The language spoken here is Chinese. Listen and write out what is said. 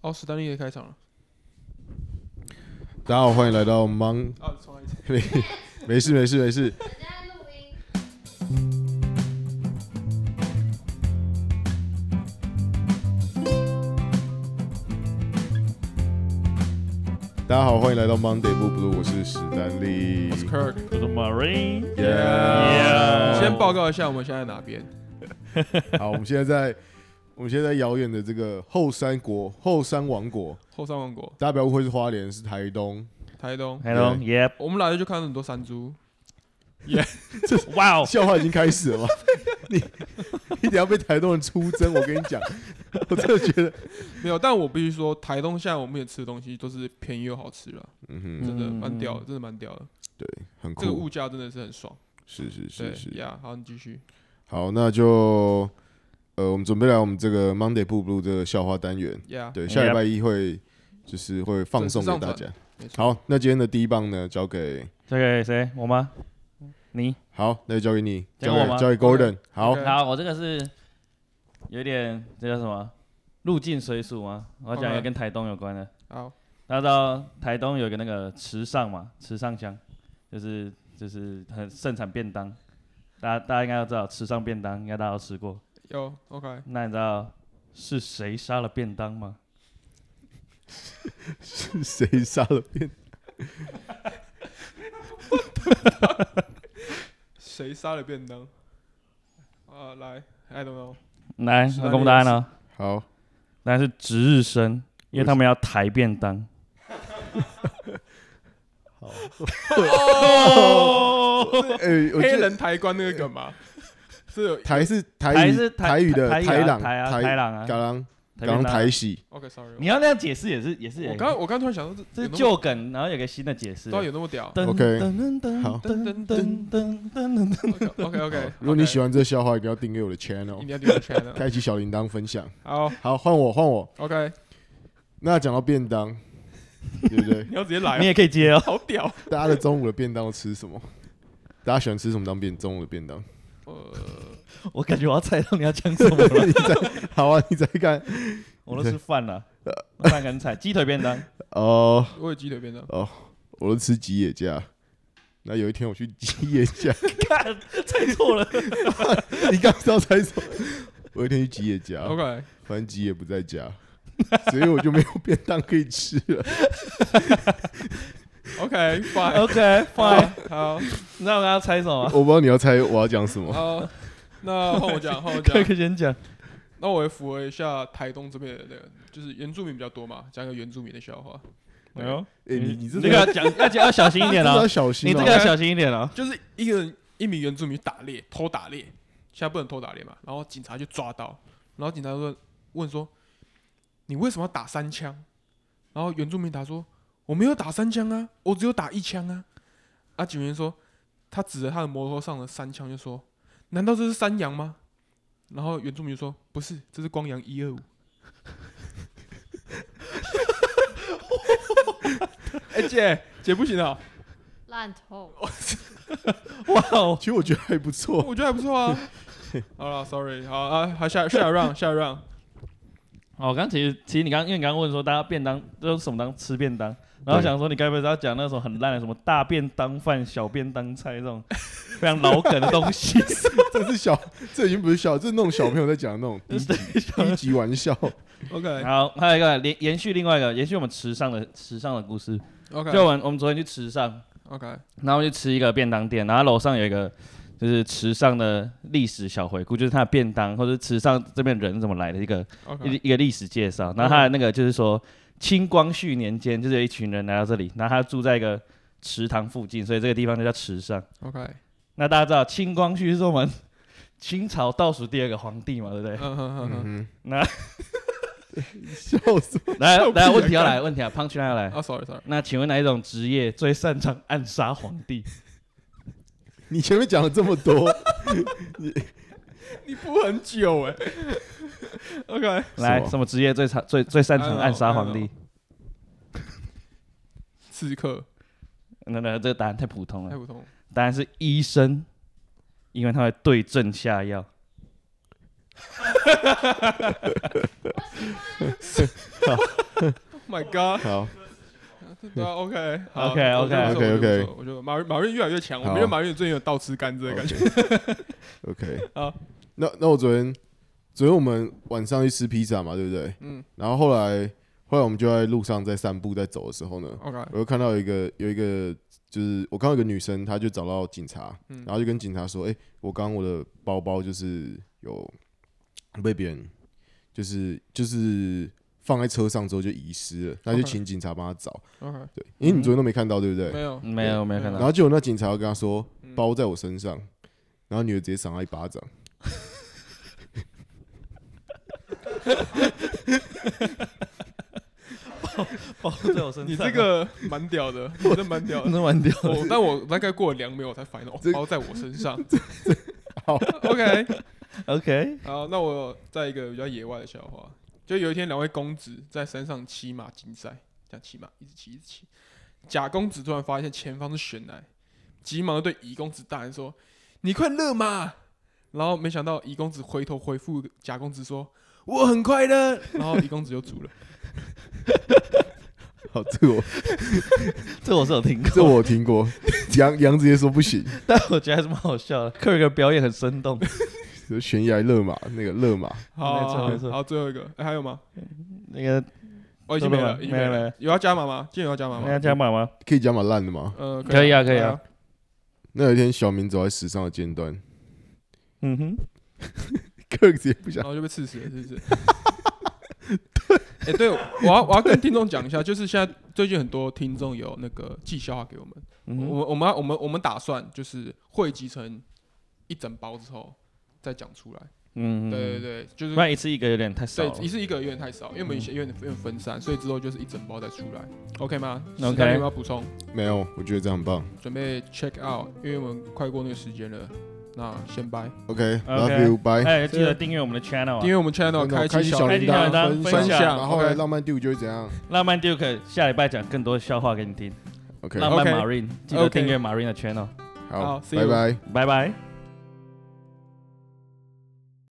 哦，史丹利也开场了。大家好，欢迎来到忙，啊，重来一次。 没没事没事没事，我在录音，大家好，欢迎来到 Monday Blue Blue，我是史丹利我。是 Kirk。我是 Marine，耶 Yeah 先报告一下我们现在哪边。好，我们现在在我们现在在遥远的这个后山国后山王国，后山王国，大家不要误会是花莲，是台东。台东。黑龙，Yep，我们来了就看到很多山猪，哇哦，笑话已经开始了吗？ 你你等一下被台东人出征，我跟你讲，我真的觉得，没有。但我必须说，台东现在我们也吃的东西都是便宜又好吃了，嗯哼，真的嗯蛮屌的，真的蛮屌的。对，很这个酷，物价真的是很爽。是是对是是。呀，好，你继续。好，那就呃，我们准备来我们这个 Monday Blue Blue 的笑话单元。呀，对，下礼拜一会就是会放送给大正式家。没错。好，那今天的第一棒呢，交给这个谁？我吗？你？好，那就交给你，交交给给我吗交给 Gordon。好 OK 对好，我这个是有点这叫什么？入境随俗吗？我讲一 OK 个跟台东有关的。好，大家知道台东有一个那个池上嘛，池上乡，就是就是很盛产便当，大家大家应该都知道池上便当，应该大家都吃过。有 OK。那你知道是谁杀了便当吗？是谁杀了便？谁杀了便当？啊，来，I don't know。来，史丹利我公布答案了哦，好，答案是值日生，因为他们要抬便当。哎，我 黑记得人抬棺那个梗嘛，是有台是台台语是台台语的台台朗台啊台台朗啊，嘎啷台嘎便啷当啊台喜。 OK sorry。你要那样解释也是也是，我刚我刚突然想到这有那是么旧梗，然后有个新的解释。对啊有那么屌。噔 OK 噔噔好噔噔噔噔噔噔， OK OK，如果你喜欢这个笑话，一定要订阅我的 channel，一定要订阅 channel。开启小铃铛分享。好好，换我换我。 ，OK，那讲到便当， 对不对？你要直接来你哦，也可以接哦。好屌。大家的中午的便当都吃什么？大家喜欢吃什么当便中午的便 当？ 呃，我感觉我要猜到你要讲什么 了，你再好啊，你再看我都吃饭了，饭很惨，鸡腿便 当。哦。我有鸡腿便当，哦，我都吃吉野家。那有一天我去吉野家，看，猜错 了。 你刚知道猜什么？我有一天去吉野家 OK，反正吉野不在家， 所以我就没有便当可以吃了。 OK fine， OK fine，好，你知道我刚刚猜什么我不吗？知道你要猜我要讲什么。好，那换我讲，换我讲 可以。先讲。那我也符合一下台东这边的那个，就是原住民比较多嘛，讲一个原住民的笑话，哎呦，哎、你你这这个要讲要讲要小心一点真的哦要，小心、 你哦。这个要小心一点哦。就是一个人一名原住民打猎，偷打猎，现在不能偷打猎嘛，然后警察就抓到，然后警察问问说，你为什么要打三枪？然后原住民答说，我没有打三枪啊，我只有打一枪啊。啊，警员说，他指着他的摩托上的三枪就说，难道这是山羊吗？然后原住民就说，不是，这是光阳一二五。哎、姐， 姐不行啊！烂透。哇哦，其实我觉得还不错。 我觉得还不错啊。好了，sorry，好啊，好下下一 round，下一 round，哦，刚其实其实你刚因为你刚刚问说大家便当都是什么当吃便当，然后对想说你该不会是要讲那种很烂的什么大便当饭、小便当菜这种 非常老梗的东西？这是小，这已经不是笑，这是那种小朋友在讲的那种低级低级玩笑。 ，OK 好，还有一个连延续另外一个延续我们池上的池上的故事，就 OK 我们我们昨天去池上， OK，然后去吃一个便当店，然后楼上有一个就是池上的历史小回顾，就是它的便当或者是池上这边人怎么来的一个 OK，一一个历史介绍。然后嗯他的那个就是说，清光绪年间就是有一群人来到这里，然后他住在一个池塘附近，所以这个地方就叫池上。 OK，嗯那大家知道清光绪是我们 清朝倒数第二个皇帝嘛，对不对 嗯？哼哼哼，嗯那哼，笑死我！来笑屁来，啊问题要来，问题啊，胖去要来。啊，sorry sorry，那请问哪一种职业最擅长暗杀皇帝？你前面讲了这么多， 你播很久哎，OK，来什，么什么职业最常最最擅长暗杀皇哎帝呦？刺客那那这个答案太普通太了，普通，答案是医生，因为他会对症下药。我喜欢，Oh My God，好，对啊，OK，好 OK，OK，我觉得不错 OK，OK 我觉得不错我觉得马马云越来越强，我好们觉得马云最近有倒吃甘蔗的感觉。 OK，好那那我昨天昨天我们晚上去吃披萨嘛，对不对？嗯然后后来后来我们就在路上在散步在走的时候呢， ，OK，我就看到有一个有一个就是我看到一个女生，她就找到警察，嗯然后就跟警察说：“哎、我刚刚我的包包就是有被别人就是就是放在车上之后就遗失了，那就 OK 请警察帮她找。 ，OK，对，因为你昨天都没看到，对不对？嗯没有，嗯没有没有看然到，后结果那警察就跟他说：“包在我身上。”然后女的直接赏他一巴掌。包哦在我身你这个蛮屌的， 你这蛮屌的。 那完掉了，我但我大概过了两秒，我才反应到这哦包在我身上。好，OK， OK，好，那我再一个比较野外的笑话，就有一天两位公子在山上骑马竞赛，这样骑马一直骑一直骑，甲公子突然发现前方是悬崖，急忙地对乙公子大喊说：“你快乐嘛！”然后没想到乙公子回头回复甲公子说：“我很快乐。”然后乙公子就足了。好，这个我这我是有听这过，我听过。 杨杨直接说不行， 但我觉得还是蛮好笑的。克里格表演很 生动，就悬崖勒马那个勒马。好，没错好好没错好，最后一个，哎还有吗？那个哦，已经都没没了，了已经没没了没了了。有要加码吗？今天有要加码那吗？要加码吗？可以讲蛮烂的吗？呃，可以啊可以以啊啊。那有一天，小明走在时尚的尖端，嗯哼， 克直接不想然后就被刺死了，是不是？哎、对，我要我要跟听众讲一下，就是现在最近很多听众有那个寄笑话给我们，嗯我们哼，我们要我们我们打算就是汇集成一整包之后再讲出来。嗯，对对，对，就是不然一次一个有点太少对了。一次一个有点太少，因为我们以前有点有点分散，所以之后就是一整包再出来，OK 吗 OK 史丹你有没有要补充？没有，我觉得这样很棒。准备 check out，因为我们快过那个时间了，那先拜。 OK，love you，bye。哎，记得订阅我们的 channel 因啊，为我们 channel 真的哦开启启小铃铃铛，铛分分享，享然后来 OK 浪漫第五就会怎样浪漫 Duke 下礼拜讲更多笑话给你听。 ？OK，浪漫 OK Marine，记得 OK 订阅 Marine 的 channel，好好， ，see 拜 you 拜。拜拜。